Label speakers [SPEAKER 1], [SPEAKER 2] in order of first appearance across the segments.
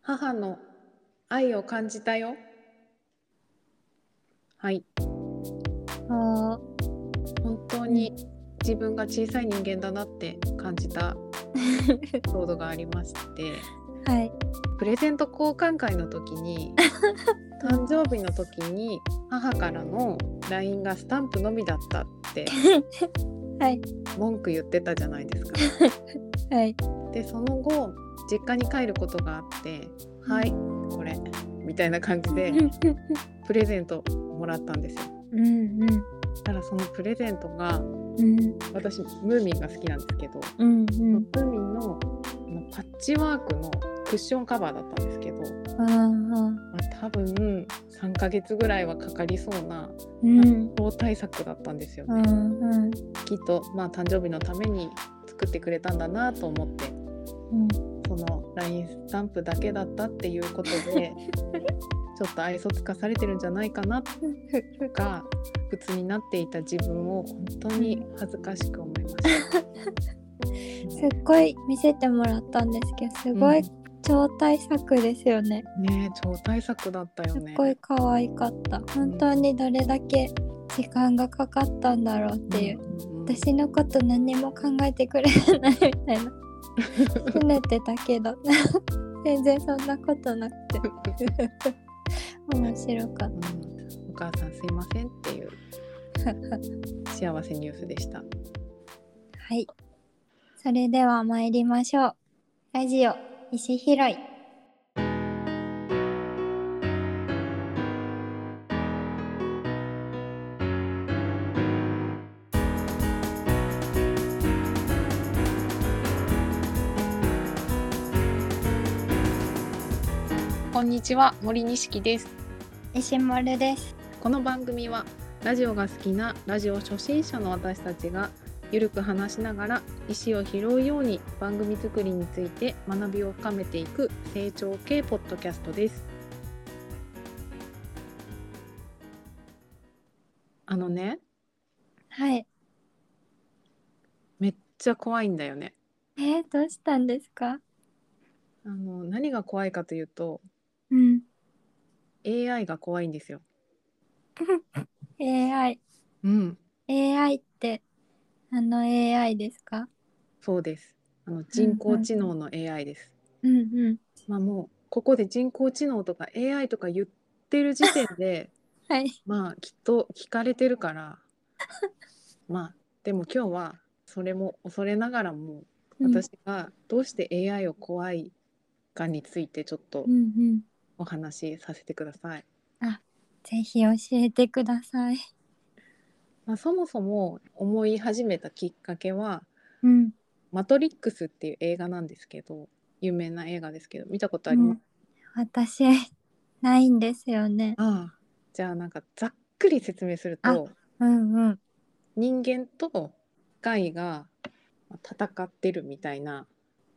[SPEAKER 1] 母の愛を感じたよ。はい。
[SPEAKER 2] あ
[SPEAKER 1] 本当に自分が小さい人間だなって感じ たエピソードがありまして、
[SPEAKER 2] ーはい。
[SPEAKER 1] プレゼント交換会の時 に、誕生日の時に母からの LINE がスタンプのみだったって
[SPEAKER 2] はい。
[SPEAKER 1] 文句言ってたじゃない ですか。
[SPEAKER 2] はい。
[SPEAKER 1] でその後実家に帰ることがあって「はいこれ」みたいな感じでプレゼントもらったんですよ。
[SPEAKER 2] うんうん。
[SPEAKER 1] ただそのプレゼントが
[SPEAKER 2] うん
[SPEAKER 1] 私ムーミンが好きなんですけど、
[SPEAKER 2] うんうん。
[SPEAKER 1] ムーミンのあのパッチワークのクッションカバーだったんですけど、
[SPEAKER 2] ああ。
[SPEAKER 1] まあ、多分3ヶ月ぐらいはかかりそうな
[SPEAKER 2] うん。
[SPEAKER 1] 抗対策だったんですよ
[SPEAKER 2] う
[SPEAKER 1] ね。
[SPEAKER 2] んうん。
[SPEAKER 1] きっと、まあ、誕生日のために作ってくれたんだなと思って
[SPEAKER 2] うん
[SPEAKER 1] その LINE スタンプだけだったっていうこと でちょっと愛想つかされてるんじゃないかなとか普通になっていた自分を本当に恥ずかしく思いました。
[SPEAKER 2] すっごい見せてもらったんですけどすごい超大作ですよね、
[SPEAKER 1] ねえ超大作だったよ
[SPEAKER 2] すっ
[SPEAKER 1] ね。
[SPEAKER 2] ごい可愛かった本当にどれだけ時間がかかったんだろうっていう、
[SPEAKER 1] うんうんうん
[SPEAKER 2] 私のこと何も考えてくれないみたいな拗ねてたけど全然そんなことなくて面白かっ
[SPEAKER 1] うんお母さんすいませんっていう
[SPEAKER 2] た
[SPEAKER 1] 幸せニュースでした。
[SPEAKER 2] はいそれでは参りましょうラジオ石拾い
[SPEAKER 1] こんにちは森錦です。
[SPEAKER 2] 石丸です
[SPEAKER 1] この番組はラジオが好きなラジオ初心者の私たちがゆるく話しながら石を拾うように番組作りについて学びを深めていく成長系ポッドキャストです。あのね
[SPEAKER 2] はい
[SPEAKER 1] めっちゃ怖いんだよね。
[SPEAKER 2] えー、どうしたんですか
[SPEAKER 1] あの何が怖いかというと
[SPEAKER 2] うん
[SPEAKER 1] AI が怖いんですよ。
[SPEAKER 2] AI
[SPEAKER 1] うん、
[SPEAKER 2] AI ってあの AI ですか
[SPEAKER 1] そうです。あの人工知能の AI です。
[SPEAKER 2] うんうん
[SPEAKER 1] まあもうここで人工知能とか AI とか言ってる時点で
[SPEAKER 2] はい
[SPEAKER 1] まあきっと聞かれてるから まあでも今日はそれも恐れながらも私がどうして AI を怖いかについてちょっと
[SPEAKER 2] うんうん
[SPEAKER 1] お話しさせてください。
[SPEAKER 2] ぜひ教えてください
[SPEAKER 1] まあ、そもそも思い始めたきっかけは
[SPEAKER 2] うん
[SPEAKER 1] 「マトリックス」っていう映画なんですけど有名な映画ですけど見たことあります、
[SPEAKER 2] 私ないんですよね
[SPEAKER 1] ああじゃあなんかざっくり説明する
[SPEAKER 2] あ
[SPEAKER 1] と。
[SPEAKER 2] うんうん
[SPEAKER 1] 人間と機械が戦ってるみたいな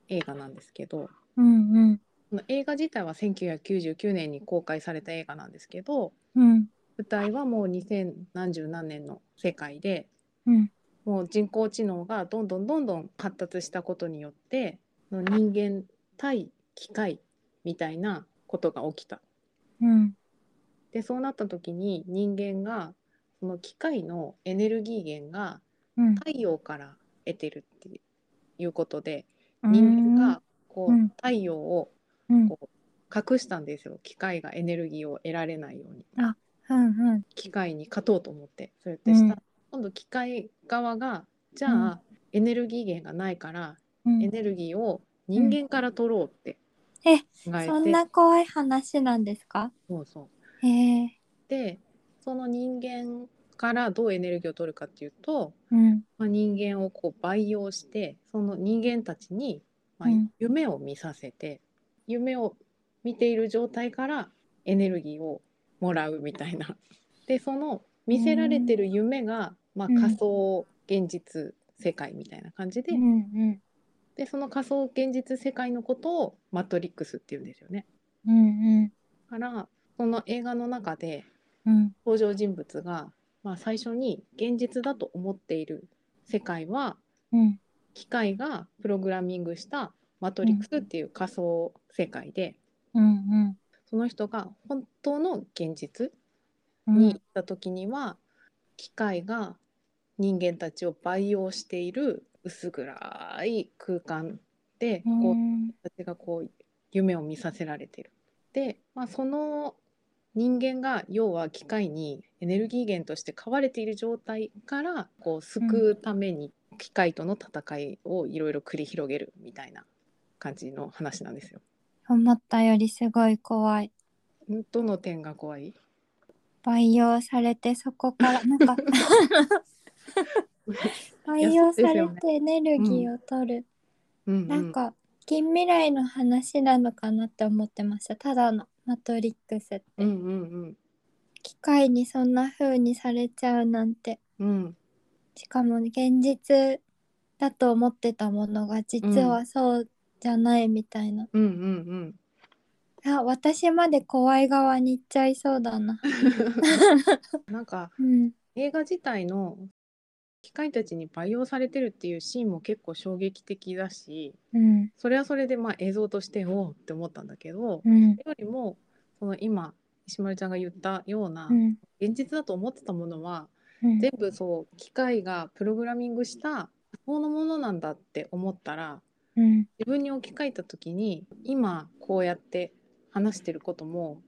[SPEAKER 1] 映画なんですけど
[SPEAKER 2] うんうん
[SPEAKER 1] この映画自体は1999年に公開された映画なんですけど
[SPEAKER 2] うん
[SPEAKER 1] 舞台はもう2000何十何年の世界で
[SPEAKER 2] うん
[SPEAKER 1] もう人工知能がどんどんどんどん発達したことによっての人間対機械みたいなことが起きた。
[SPEAKER 2] うん
[SPEAKER 1] でそうなった時に人間がその機械のエネルギー源が
[SPEAKER 2] うん
[SPEAKER 1] 太陽から得てるっていうことで
[SPEAKER 2] うん
[SPEAKER 1] 人間がこ
[SPEAKER 2] うん
[SPEAKER 1] う太陽を
[SPEAKER 2] うん
[SPEAKER 1] こう隠したんですよ機械がエネルギーを得られないように
[SPEAKER 2] うんうん
[SPEAKER 1] 機械に勝とうと思ってそうやってした、
[SPEAKER 2] うん
[SPEAKER 1] 今度機械側がじゃあ、エネルギー源がないから
[SPEAKER 2] うん
[SPEAKER 1] エネルギーを人間から取ろうって
[SPEAKER 2] うんえ
[SPEAKER 1] 考えて、
[SPEAKER 2] そんな怖い話なんですか
[SPEAKER 1] そうそう
[SPEAKER 2] へえ
[SPEAKER 1] でその人間からどうエネルギーを取るかっていうと、
[SPEAKER 2] うん
[SPEAKER 1] まあ、人間をこう培養してその人間たちに、まあ
[SPEAKER 2] うん
[SPEAKER 1] 夢を見させて、夢を見ている状態からエネルギーをもらうみたいな。でその見せられてる夢が、まあ、
[SPEAKER 2] うん
[SPEAKER 1] 仮想現実世界みたいな感じで,、
[SPEAKER 2] うんうん
[SPEAKER 1] でその仮想現実世界のことをマトリックスっていうんですよね。
[SPEAKER 2] うん
[SPEAKER 1] だからその映画の中で
[SPEAKER 2] うんうん
[SPEAKER 1] 登場人物が、まあ、最初に現実だと思っている世界は
[SPEAKER 2] うん
[SPEAKER 1] 機械がプログラミングしたマトリックスっていう仮想世界で、
[SPEAKER 2] うん
[SPEAKER 1] その人が本当の現実
[SPEAKER 2] うん
[SPEAKER 1] に行った時には、機械が人間たちを培養している薄暗い空間で、
[SPEAKER 2] うん
[SPEAKER 1] こうたちがこう夢を見させられてる。で、まあ、その人間が要は機械にエネルギー源として飼われている状態からこう救うために機械との戦いをいろいろ繰り広げるみたいな感じの話なんですよ。
[SPEAKER 2] 思ったよりすごい怖い
[SPEAKER 1] んどの点が怖い
[SPEAKER 2] 培養されてそこからな んか培養されてエネルギーを取る、
[SPEAKER 1] うんうん
[SPEAKER 2] なんか近未来の話なのかなって思ってましたただの「マトリックス」って、
[SPEAKER 1] うんうん
[SPEAKER 2] 機械にそんな風にされちゃうなんて
[SPEAKER 1] うんうん
[SPEAKER 2] しかも現実だと思ってたものが実はそうじゃないみたいな、
[SPEAKER 1] うんうん
[SPEAKER 2] あ私まで怖い側に行っちゃいそうだな。
[SPEAKER 1] うん。なんか
[SPEAKER 2] うん
[SPEAKER 1] 映画自体の機械たちに培養されてるっていうシーンも結構衝撃的だし、
[SPEAKER 2] うん
[SPEAKER 1] それはそれでまあ映像としておおって思ったんだけど、
[SPEAKER 2] うん
[SPEAKER 1] それよりもその今石丸ちゃんが言ったような
[SPEAKER 2] うん
[SPEAKER 1] 現実だと思ってたものは、
[SPEAKER 2] うん
[SPEAKER 1] 全部そう機械がプログラミングした仮想のものなんだって思ったら
[SPEAKER 2] うん
[SPEAKER 1] 自分に置き換えた時に今こうやって話してること も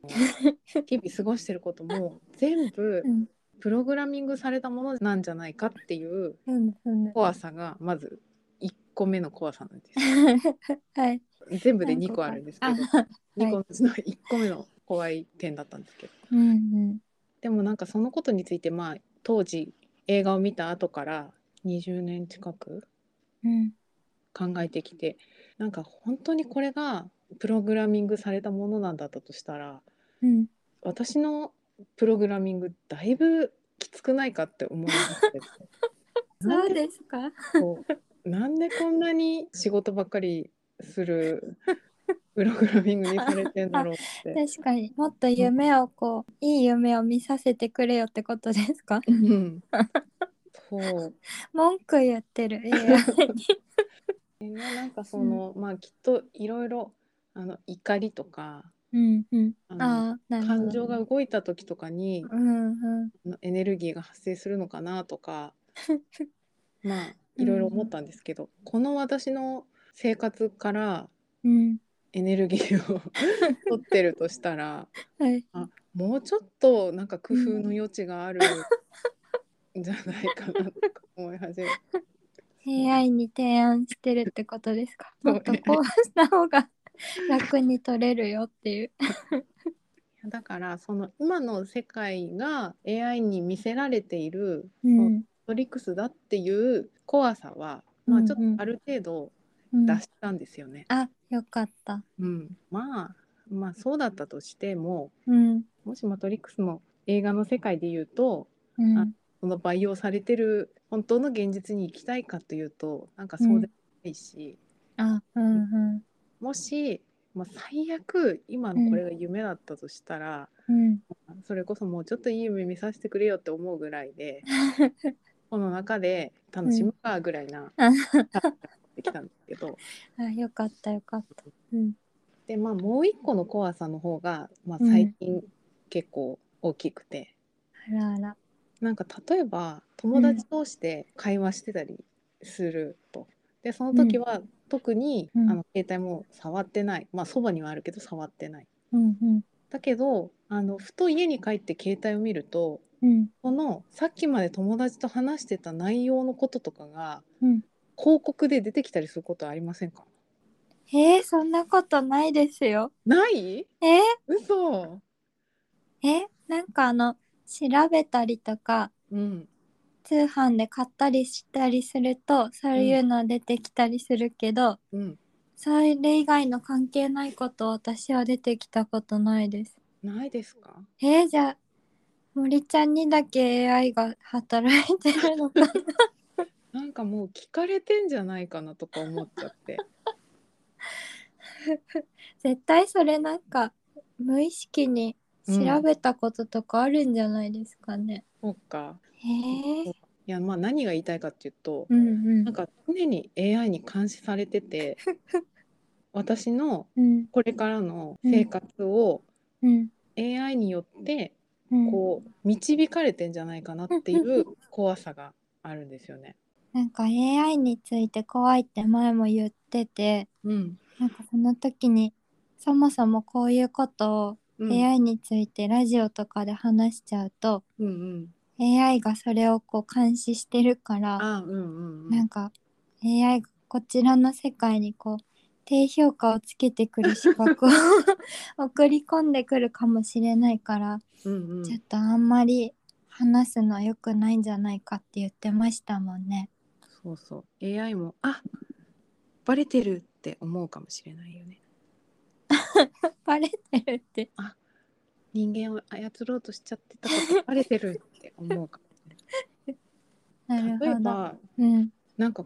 [SPEAKER 1] 日々過ごしてることも全部
[SPEAKER 2] うん
[SPEAKER 1] プログラミングされたものなんじゃないかっていう
[SPEAKER 2] ふむふむ
[SPEAKER 1] 怖さがまず1個目の怖さなんです。
[SPEAKER 2] はい
[SPEAKER 1] 全部で2
[SPEAKER 2] 何個
[SPEAKER 1] 個
[SPEAKER 2] か
[SPEAKER 1] あるんですけど
[SPEAKER 2] あ
[SPEAKER 1] 2個のうちの1個目の怖い点だったんですけど
[SPEAKER 2] うんうん
[SPEAKER 1] でもなんかそのことについてまあ当時映画を見た後から20年近く
[SPEAKER 2] うん
[SPEAKER 1] 考えてきてなんか本当にこれがプログラミングされたものなんだったとしたら
[SPEAKER 2] うん
[SPEAKER 1] 私のプログラミングだいぶきつくないかって思いましたけど
[SPEAKER 2] そうですか
[SPEAKER 1] こうなんでこんなに仕事ばっかりするプログラミングにされてんだろうって
[SPEAKER 2] 確かにもっと夢をこういい夢を見させてくれよってことですか
[SPEAKER 1] うん、そう
[SPEAKER 2] 文句言ってる
[SPEAKER 1] でねなんかその、まあきっといろいろあの怒りとか
[SPEAKER 2] うんうん
[SPEAKER 1] あの
[SPEAKER 2] ああなるほど
[SPEAKER 1] 感情が動いた時とかに
[SPEAKER 2] うんうん
[SPEAKER 1] あのエネルギーが発生するのかなと かまあ
[SPEAKER 2] うん
[SPEAKER 1] いろいろ思ったんですけど、この私の生活から
[SPEAKER 2] うん
[SPEAKER 1] エネルギー を取ってるとしたら
[SPEAKER 2] はい
[SPEAKER 1] もうちょっとなんか工夫の余地があるんじゃないかなとか思い始め
[SPEAKER 2] AI に提案してるってことですか
[SPEAKER 1] そう
[SPEAKER 2] もっとこうした方が 楽に取れるよっていう
[SPEAKER 1] だからその今の世界が AI に見せられている
[SPEAKER 2] うん
[SPEAKER 1] マトリックスだっていう怖さは、まあ、ちょっ
[SPEAKER 2] うんうん
[SPEAKER 1] とある程度
[SPEAKER 2] うん
[SPEAKER 1] 出したんですよね。
[SPEAKER 2] あよかった
[SPEAKER 1] うんまあまあそうだったとしても
[SPEAKER 2] うん
[SPEAKER 1] もし「マトリックス」の映画の世界で言うと
[SPEAKER 2] うん
[SPEAKER 1] あその培養されてる本当の現実に行きたいかというとなんかそうでもないし、
[SPEAKER 2] あうんうん
[SPEAKER 1] もし、まあ、最悪今のこれが夢だったとしたら、
[SPEAKER 2] うん
[SPEAKER 1] それこそもうちょっといい夢見させてくれよって思うぐらいでこの中で楽しむかぐらいな、
[SPEAKER 2] あ
[SPEAKER 1] できたんですけど。
[SPEAKER 2] あよかったよかったうん
[SPEAKER 1] でまあもう一個の怖さの方が、まあ、
[SPEAKER 2] うん
[SPEAKER 1] 最近結構大きくて、
[SPEAKER 2] あらあら
[SPEAKER 1] なんか例えば友達同士で会話してたりすると、でその時は特に、
[SPEAKER 2] うん
[SPEAKER 1] あの携帯も触ってないまあそばにはあるけど触ってない
[SPEAKER 2] うんうん
[SPEAKER 1] だけどあのふと家に帰って携帯を見ると
[SPEAKER 2] うん
[SPEAKER 1] このさっきまで友達と話してた内容のこととかが、
[SPEAKER 2] うん
[SPEAKER 1] 広告で出てきたりすることありませんか
[SPEAKER 2] えー、そんなことないですよ
[SPEAKER 1] ない
[SPEAKER 2] えー、
[SPEAKER 1] 嘘
[SPEAKER 2] えなんかあの調べたりとか
[SPEAKER 1] うん
[SPEAKER 2] 通販で買ったりしたりするとそういうの出てきたりするけど、
[SPEAKER 1] うん
[SPEAKER 2] それ以外の関係ないこと私は出てきたことないです。
[SPEAKER 1] ないですか
[SPEAKER 2] えー、じゃあ森ちゃんにだけ AI が働いてるのか
[SPEAKER 1] なんかもう聞かれてんじゃないかなとか思っちゃ って。
[SPEAKER 2] 絶対それなんか無意識に調べたこととかあるんじゃないですかね。
[SPEAKER 1] そっか。
[SPEAKER 2] えー、
[SPEAKER 1] いやまあ何が言いたいかっていうと、
[SPEAKER 2] うんうん
[SPEAKER 1] なんか常に AI に監視されてて、私の
[SPEAKER 2] うん
[SPEAKER 1] これからの生活を
[SPEAKER 2] うん
[SPEAKER 1] AI によって
[SPEAKER 2] うん
[SPEAKER 1] こう導かれてんじゃないかなって いう怖さがあるんですよね。
[SPEAKER 2] なんか AI について怖いって前も言ってて
[SPEAKER 1] うん、
[SPEAKER 2] なんかその時にそもそもこういうことを
[SPEAKER 1] うん、
[SPEAKER 2] AI についてラジオとかで話しちゃうと、
[SPEAKER 1] うんうん、
[SPEAKER 2] AI がそれをこう監視してるから
[SPEAKER 1] あ、うんうんうん、
[SPEAKER 2] なんか AI がこちらの世界にこう低評価をつけてくる資格を 送り込んでくるかもしれないから、
[SPEAKER 1] うんうん
[SPEAKER 2] ちょっとあんまり話すの良くないんじゃないかって言ってましたもんね。
[SPEAKER 1] そうそう AI もあバレてるって思うかもしれないよね
[SPEAKER 2] バレてるって
[SPEAKER 1] 人間を操ろうとしちゃってたことバレてるって思うか
[SPEAKER 2] な
[SPEAKER 1] もしれ
[SPEAKER 2] る
[SPEAKER 1] ない例え
[SPEAKER 2] ほど。
[SPEAKER 1] ば
[SPEAKER 2] うん、
[SPEAKER 1] なんか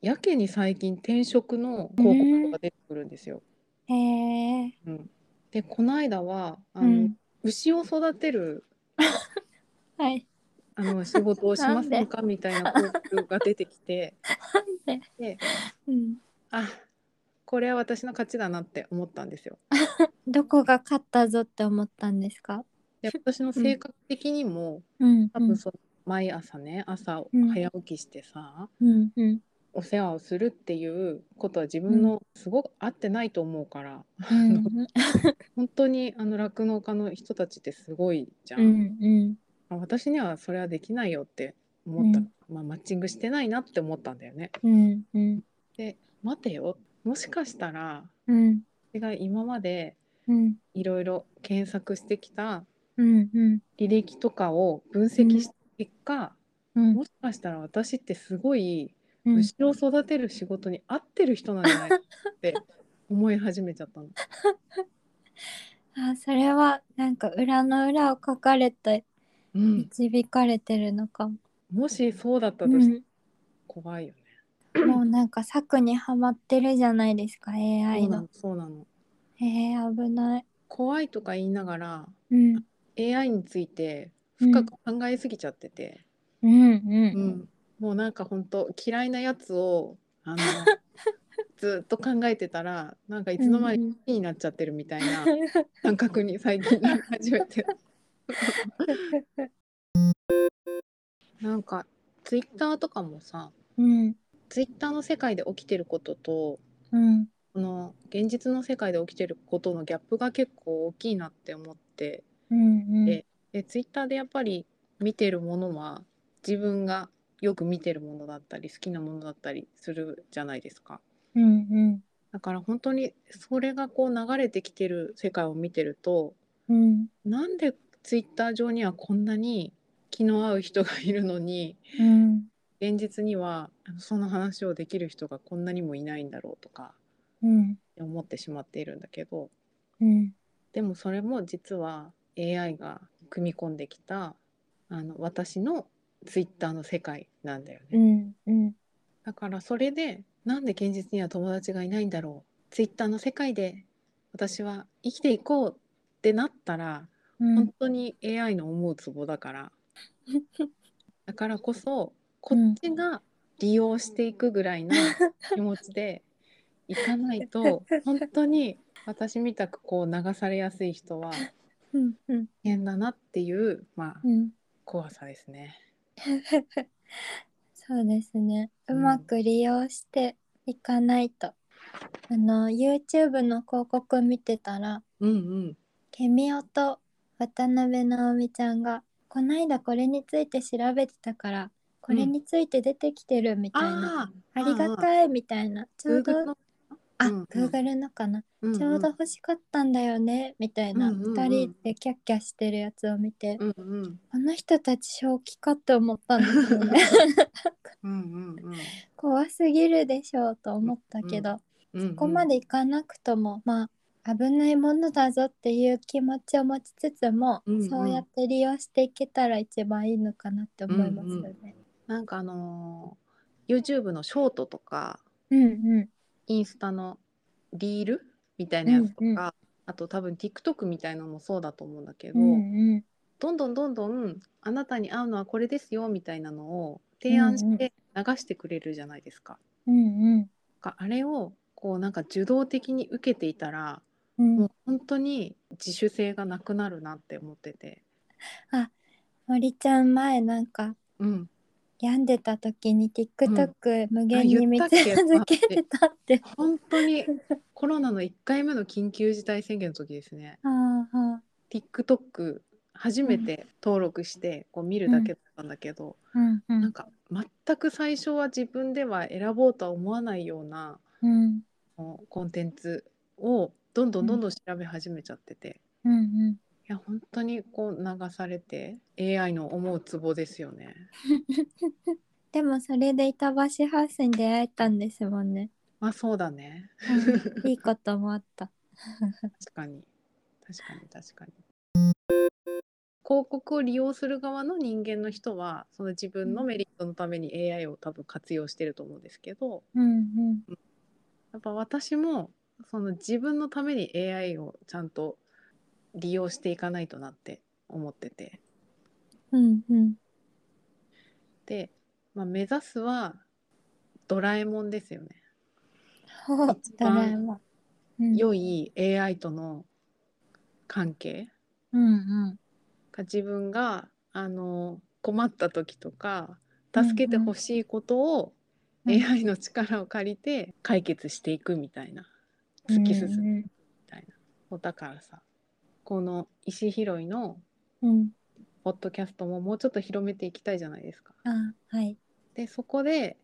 [SPEAKER 1] やけに最近転職の広告が出てくるんですよ、
[SPEAKER 2] へえ
[SPEAKER 1] うん、でこの間はあ
[SPEAKER 2] う
[SPEAKER 1] の、
[SPEAKER 2] ん、
[SPEAKER 1] 牛を育てる
[SPEAKER 2] はい。
[SPEAKER 1] あ の仕事をしませんかみたいな広告が出てきて
[SPEAKER 2] なんで
[SPEAKER 1] で
[SPEAKER 2] うん、
[SPEAKER 1] あこれは私の勝ちだなって思ったんですよ。
[SPEAKER 2] どこが勝ったぞって思ったんですか。
[SPEAKER 1] で私の性格的にも、
[SPEAKER 2] うん、
[SPEAKER 1] 多分その毎朝ね朝
[SPEAKER 2] うん
[SPEAKER 1] 早起きしてさ、
[SPEAKER 2] うん、うん、
[SPEAKER 1] お世話をするっていうことは自分のすごく合ってないと思うから、
[SPEAKER 2] うん、うん、
[SPEAKER 1] 本当にあの酪農家の人たちってすごいじゃん、
[SPEAKER 2] うん、うん。
[SPEAKER 1] あ私にはそれはできないよって思った、
[SPEAKER 2] うん
[SPEAKER 1] まあ、マッチングしてないなって思ったんだよね。
[SPEAKER 2] うんうん
[SPEAKER 1] で待てよもしかしたら
[SPEAKER 2] うん
[SPEAKER 1] 私が今まで
[SPEAKER 2] うん
[SPEAKER 1] いろいろ検索してきた
[SPEAKER 2] うんうん
[SPEAKER 1] 履歴とかを分析した結果、
[SPEAKER 2] うん
[SPEAKER 1] もしかしたら私ってすごい
[SPEAKER 2] うん
[SPEAKER 1] 牛を育てる仕事に合ってる人なんじゃないか って思い始めちゃったの。
[SPEAKER 2] あそれはなんか裏の裏を書かれて
[SPEAKER 1] うん、
[SPEAKER 2] 導かれてるのかも、
[SPEAKER 1] もしそうだった
[SPEAKER 2] う
[SPEAKER 1] として
[SPEAKER 2] ん
[SPEAKER 1] 怖いよね。
[SPEAKER 2] もうなんか策にはまってるじゃないですか
[SPEAKER 1] そう
[SPEAKER 2] AI
[SPEAKER 1] な
[SPEAKER 2] の
[SPEAKER 1] のそうなの
[SPEAKER 2] えー、危ない、
[SPEAKER 1] 怖いとか言いながら
[SPEAKER 2] うん
[SPEAKER 1] AI について深く考えすぎちゃってて、
[SPEAKER 2] うん
[SPEAKER 1] う
[SPEAKER 2] うんん
[SPEAKER 1] もうなんか本当嫌いなやつを あのずっと考えてたらなんかいつの間に
[SPEAKER 2] うん
[SPEAKER 1] か好きになっちゃってるみたいな感覚に最近なり始めてなんかツイッターとかもさ
[SPEAKER 2] うん
[SPEAKER 1] ツイッターの世界で起きてることと
[SPEAKER 2] うん
[SPEAKER 1] この現実の世界で起きてることのギャップが結構大きいなって思って
[SPEAKER 2] うんうん
[SPEAKER 1] ででツイッターでやっぱり見てるものは自分がよく見てるものだったり好きなものだったりするじゃないですか。
[SPEAKER 2] うんうん
[SPEAKER 1] だから本当にそれがこう流れてきてる世界を見てると
[SPEAKER 2] うん
[SPEAKER 1] なんでツイッター上にはこんなに気の合う人がいるのに
[SPEAKER 2] うん
[SPEAKER 1] 現実にはあのその話をできる人がこんなにもいないんだろうとか
[SPEAKER 2] うん
[SPEAKER 1] 思ってしまっているんだけど
[SPEAKER 2] うん
[SPEAKER 1] でもそれも実は AI が組み込んできたあの私のツイッターの世界なんだよね、
[SPEAKER 2] うんうん
[SPEAKER 1] だからそれでなんで現実には友達がいないんだろうツイッターの世界で私は生きていこうってなったら
[SPEAKER 2] うん
[SPEAKER 1] 本当に AI の思うツボだから、 だからこそこっちが利用していくぐらい の気持ちでいかないと本当に私みたくこう流されやすい人は
[SPEAKER 2] うんうん
[SPEAKER 1] 危険だなっていう、まあ、
[SPEAKER 2] うん
[SPEAKER 1] 怖さですね。
[SPEAKER 2] そうですね。
[SPEAKER 1] う
[SPEAKER 2] うんまく利用していかないと。あの YouTube の広告見てたら、
[SPEAKER 1] うんうん
[SPEAKER 2] ケミオと渡辺直美ちゃんがこないだこれについて調べてたから、これについて出てきてるみたいな。
[SPEAKER 1] あ
[SPEAKER 2] ありがたいみたいな。ちょうど
[SPEAKER 1] Google の
[SPEAKER 2] あ、
[SPEAKER 1] うんうん
[SPEAKER 2] Google のかな。
[SPEAKER 1] うんうん
[SPEAKER 2] ちょうど欲しかったんだよねみたいな、
[SPEAKER 1] うんうんうん
[SPEAKER 2] 2人でキャッキャしてるやつを見て、
[SPEAKER 1] うんうん
[SPEAKER 2] あの人たち正気かって思ったんですよね。
[SPEAKER 1] うんうん
[SPEAKER 2] 怖すぎるでしょうと思ったけど、
[SPEAKER 1] うん
[SPEAKER 2] ここまでいかなくともまあ危ないものだぞっていう気持ちを持ちつつも、
[SPEAKER 1] うんうん
[SPEAKER 2] そうやって利用していけたら一番いいのかなって思いますよね。
[SPEAKER 1] なんかあのー YouTube のショートとか
[SPEAKER 2] うんうん
[SPEAKER 1] インスタのリールみたいなやつとか、
[SPEAKER 2] うんうん
[SPEAKER 1] あと多分 TikTok みたいなのもそうだと思うんだけ
[SPEAKER 2] う
[SPEAKER 1] ど、
[SPEAKER 2] んうん
[SPEAKER 1] どんどんどんどんあなたに合うのはこれですよみたいなのを提案して流してくれるじゃないですか。
[SPEAKER 2] うんうん
[SPEAKER 1] だからあれをここうなんか受動的に受けていたら
[SPEAKER 2] うん
[SPEAKER 1] もう本当に自主性がなくなるなって思ってて。
[SPEAKER 2] 森ちゃん前なんか
[SPEAKER 1] うん、
[SPEAKER 2] 病んでた時に TikTok 無限に見
[SPEAKER 1] あ言ったっ
[SPEAKER 2] 続
[SPEAKER 1] け
[SPEAKER 2] けてたって。
[SPEAKER 1] 本当にコロナの1回目の緊急事態宣言の時ですね
[SPEAKER 2] ああああ
[SPEAKER 1] TikTok 初めて登録してこう見るだけだったんだけど、
[SPEAKER 2] うんう
[SPEAKER 1] なん
[SPEAKER 2] ん
[SPEAKER 1] か全く最初は自分では選ぼうとは思わないような
[SPEAKER 2] うん
[SPEAKER 1] こうコンテンツをどんどんどんどん調べ始めちゃってて、い
[SPEAKER 2] うん
[SPEAKER 1] や本当にこう流されて AI の思うツボですよね。
[SPEAKER 2] でもそれで板橋ハウスに出会えたんですもんね。
[SPEAKER 1] まあそうだね
[SPEAKER 2] うんいいこともあった。
[SPEAKER 1] 確かに確かに確かに。広告を利用する側の人間の人はその自分のメリットのために AI を多分活用してると思うんですけど、
[SPEAKER 2] うん
[SPEAKER 1] やっぱ私もその自分のために AI をちゃんと利用していかないとなって思ってて
[SPEAKER 2] うんうんうん
[SPEAKER 1] で、まあ、目指すはドラえもんですよね、
[SPEAKER 2] ほう
[SPEAKER 1] 一
[SPEAKER 2] ド
[SPEAKER 1] 番
[SPEAKER 2] ラえもん。うん
[SPEAKER 1] 良い AI との関係
[SPEAKER 2] うんうん
[SPEAKER 1] が自分があの困った時とか
[SPEAKER 2] うんうん
[SPEAKER 1] 助けてほしいことを
[SPEAKER 2] うん
[SPEAKER 1] AI の力を借りて解決していくみたいな突き進むみたいな、だからさこの石拾いの
[SPEAKER 2] うん
[SPEAKER 1] ポッドキャストももうちょっと広めていきたいじゃないですか。
[SPEAKER 2] あはい。
[SPEAKER 1] でそこで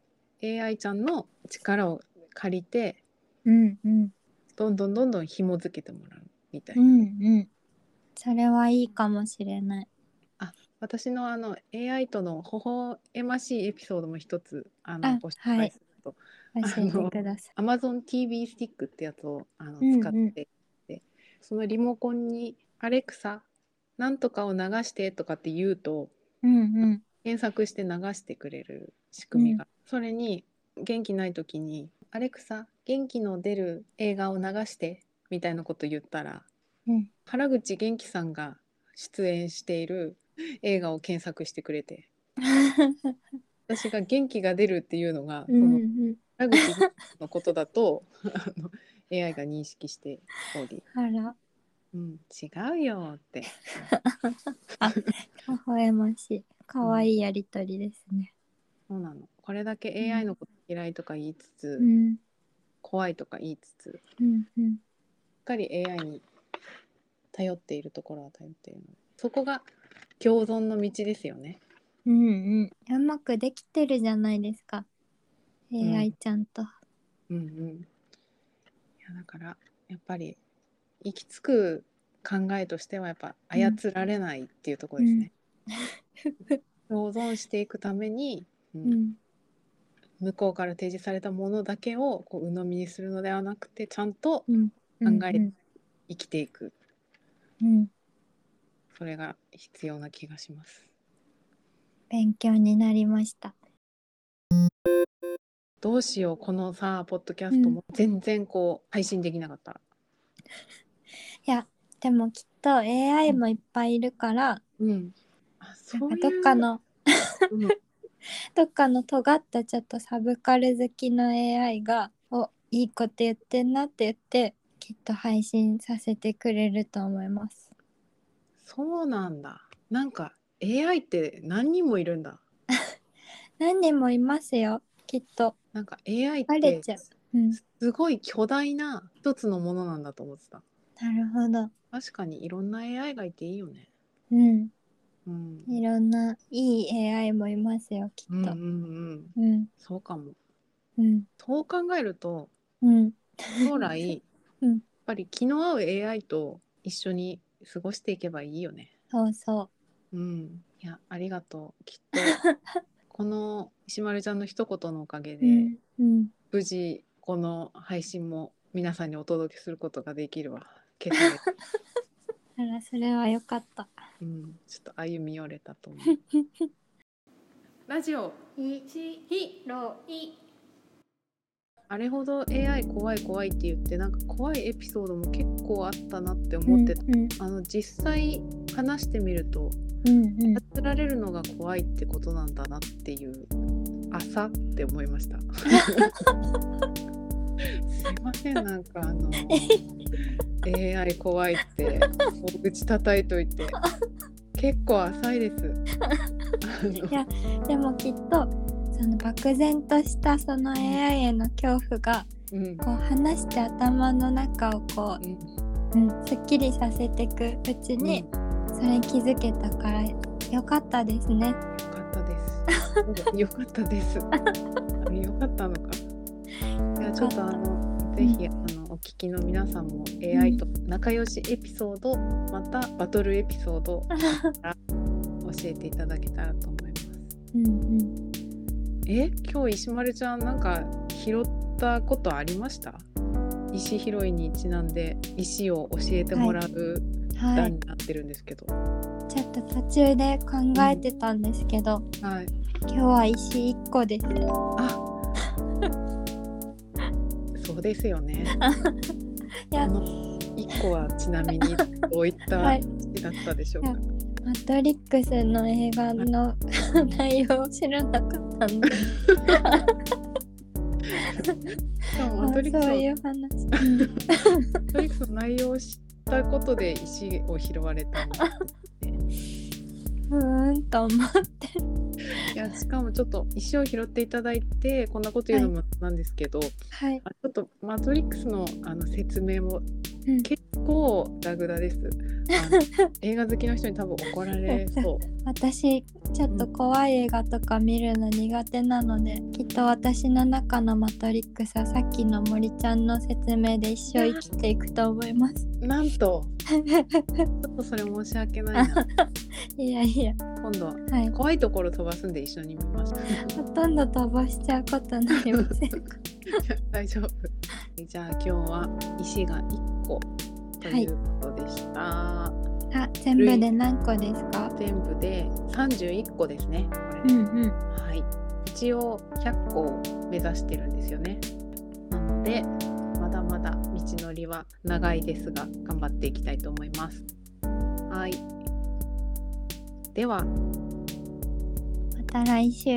[SPEAKER 1] AI ちゃんの力を借りて
[SPEAKER 2] うんうん
[SPEAKER 1] どんどんどんどん紐づけてもらうみたいうな、
[SPEAKER 2] んうん。それはいいかもしれない。
[SPEAKER 1] 私のあの AI との微笑ましいエピソードも一つあの
[SPEAKER 2] あ
[SPEAKER 1] ご紹介すると、
[SPEAKER 2] 教えてくださ
[SPEAKER 1] AmazonTV スティックってやつをあの
[SPEAKER 2] うんうん
[SPEAKER 1] 使って、でそのリモコンに「アレクサなんとかを流して」とかって言うと
[SPEAKER 2] い。うんうん
[SPEAKER 1] 検索して流してくれる仕組みが、それに元気ない時に「アレクサ元気の出る映画を流して」みたいなこと言ったら
[SPEAKER 2] うん。
[SPEAKER 1] 原口元気さんが出演している映画を検索してくれて私が元気が出るっていうのが、
[SPEAKER 2] うんう
[SPEAKER 1] その
[SPEAKER 2] ん。
[SPEAKER 1] 原口元気さんのことだとあの AI が認識しており
[SPEAKER 2] あら、
[SPEAKER 1] 「うん、違うよ」って
[SPEAKER 2] 微笑ましい。可愛いやりとりですね。
[SPEAKER 1] そうなのこれだけ AI のこと嫌いとか言いつつ、
[SPEAKER 2] うん
[SPEAKER 1] 怖いとか言いつつ
[SPEAKER 2] うんうん
[SPEAKER 1] しっかり AI に頼っているところは頼っているのでそこが共存の道ですよね。
[SPEAKER 2] うんうん。うまくできてるじゃないですか。
[SPEAKER 1] ん
[SPEAKER 2] AI ちゃんと。
[SPEAKER 1] うんうん、いやだからやっぱり行き着く考えとしてはやっぱ操られないっていうところですね。共存していくために、う
[SPEAKER 2] うんん
[SPEAKER 1] 向こうから提示されたものだけをこう鵜呑みにするのではなくてちゃんと
[SPEAKER 2] うん。
[SPEAKER 1] 考え
[SPEAKER 2] うん
[SPEAKER 1] 生きていく
[SPEAKER 2] うん。
[SPEAKER 1] それが必要な気がします。
[SPEAKER 2] 勉強になりました。
[SPEAKER 1] どうしようこのさポッドキャストも全然こう配信できなかったら。
[SPEAKER 2] いや、でもきっと AI もいっぱいいるから、
[SPEAKER 1] うん。あそ
[SPEAKER 2] なん
[SPEAKER 1] うい
[SPEAKER 2] か
[SPEAKER 1] う
[SPEAKER 2] どっか、の
[SPEAKER 1] うん
[SPEAKER 2] どっかの尖ったちょっとサブカル好きの AI が「おいいこと言ってんな」って言ってきっと配信させてくれると思います。
[SPEAKER 1] そうなんだ。なんか AI って何人もいるんだ。
[SPEAKER 2] 何人もいますよきっと。
[SPEAKER 1] なんか AI っ
[SPEAKER 2] バレ
[SPEAKER 1] て
[SPEAKER 2] ちゃううん、
[SPEAKER 1] すごい巨大な一つのものなんだと思ってた。
[SPEAKER 2] なるほど。
[SPEAKER 1] 確かにいろんな AI がいていいよね。
[SPEAKER 2] うん、
[SPEAKER 1] うん。
[SPEAKER 2] いろんないい AI もいますよきっ
[SPEAKER 1] うんうんう
[SPEAKER 2] と。
[SPEAKER 1] ん。
[SPEAKER 2] うん
[SPEAKER 1] そうかも。
[SPEAKER 2] うん
[SPEAKER 1] そう考えると
[SPEAKER 2] うん
[SPEAKER 1] 将来、
[SPEAKER 2] うん
[SPEAKER 1] やっぱり気の合う AI と一緒に過ごしていけばいいよね。
[SPEAKER 2] そうそ
[SPEAKER 1] うん。いやありがとう。きっとこの石丸ちゃんの一言のおかげ
[SPEAKER 2] う。
[SPEAKER 1] で。
[SPEAKER 2] うんうん、
[SPEAKER 1] 無事この配信も皆さんにお届けすることができるわ。今朝で
[SPEAKER 2] あらそれはよかった。
[SPEAKER 1] うん、ちょっと歩み寄れたと思う。ラジオ
[SPEAKER 3] いちひろい
[SPEAKER 1] あれほど AI 怖い怖いって言ってなんか怖いエピソードも結構あったなって思ってた、
[SPEAKER 2] うん
[SPEAKER 1] あの実際話してみると
[SPEAKER 2] うんうんうん、
[SPEAKER 1] 操られるのが怖いってことなんだなっていう朝って思いました。すいませんなんかあの AI 怖いって大口叩いといて結構浅いです。あの
[SPEAKER 2] やでもきっとその漠然としたその AI への恐怖が
[SPEAKER 1] うん
[SPEAKER 2] こう話して頭の中をこ
[SPEAKER 1] うん
[SPEAKER 2] う、うん、すっきりさせていくうちにそれ気づけたからよかったですね。
[SPEAKER 1] よかった です。よかったです。あれよかったのか。いやちょっとあのぜひあのお聞きの皆さんも AI と仲良しエピソードまたバトルエピソー ドから教えていただけたらと思います。
[SPEAKER 2] うんうん、
[SPEAKER 1] え今日石丸ちゃんなんか拾ったことありました？石拾いにちなんで石を教えてもらう
[SPEAKER 2] は
[SPEAKER 1] 段
[SPEAKER 2] い
[SPEAKER 1] になってるんですけど。
[SPEAKER 2] ちょっと途中で考えてたんですけど、
[SPEAKER 1] はい。
[SPEAKER 2] 今日は石1個です。
[SPEAKER 1] あ、そうですよね。
[SPEAKER 2] いや
[SPEAKER 1] あの一個はちなみにどういった
[SPEAKER 2] はい
[SPEAKER 1] 石だったでしょうか。
[SPEAKER 2] はいマトリックスの映画の 内容を知らなかったんで、
[SPEAKER 1] しかも
[SPEAKER 2] まあ
[SPEAKER 1] マ
[SPEAKER 2] そ
[SPEAKER 1] ト
[SPEAKER 2] う
[SPEAKER 1] リックスの
[SPEAKER 2] いう話。うん
[SPEAKER 1] マトリックスの内容を知ったことで石を拾われたんですね。
[SPEAKER 2] うーんと思う。
[SPEAKER 1] いやしかもちょっと石を拾っていただいてこんなこと言うのもなんですけど、
[SPEAKER 2] はい。
[SPEAKER 1] あちょっとマトリックスのあの説明も
[SPEAKER 2] うん
[SPEAKER 1] 結構グダグダです。あ の映画好きの人に多分怒られそう。
[SPEAKER 2] 私ちょっと怖い映画とか見るの苦手なので、きっと私の中のマトリックスはさっきの森ちゃんの説明で一生生きていくと思います。
[SPEAKER 1] なんとちょっとそれ申し訳ないな。
[SPEAKER 2] いやいや、
[SPEAKER 1] 今度は
[SPEAKER 2] はい。
[SPEAKER 1] 怖いところ飛ばすんで一緒に見 ました
[SPEAKER 2] ほとんど飛ばしちゃうことになりませんか。
[SPEAKER 1] 大丈夫じゃあ今日は石が1個ということでした、
[SPEAKER 2] あ、全部で何個ですか？
[SPEAKER 1] 全部で31個ですねこれ
[SPEAKER 2] う
[SPEAKER 1] で、
[SPEAKER 2] んうん。
[SPEAKER 1] はい一応100個を目指してるんですよねなのでまだまだ道のりは長いですが頑張っていきたいと思いますはいでは
[SPEAKER 2] また来週。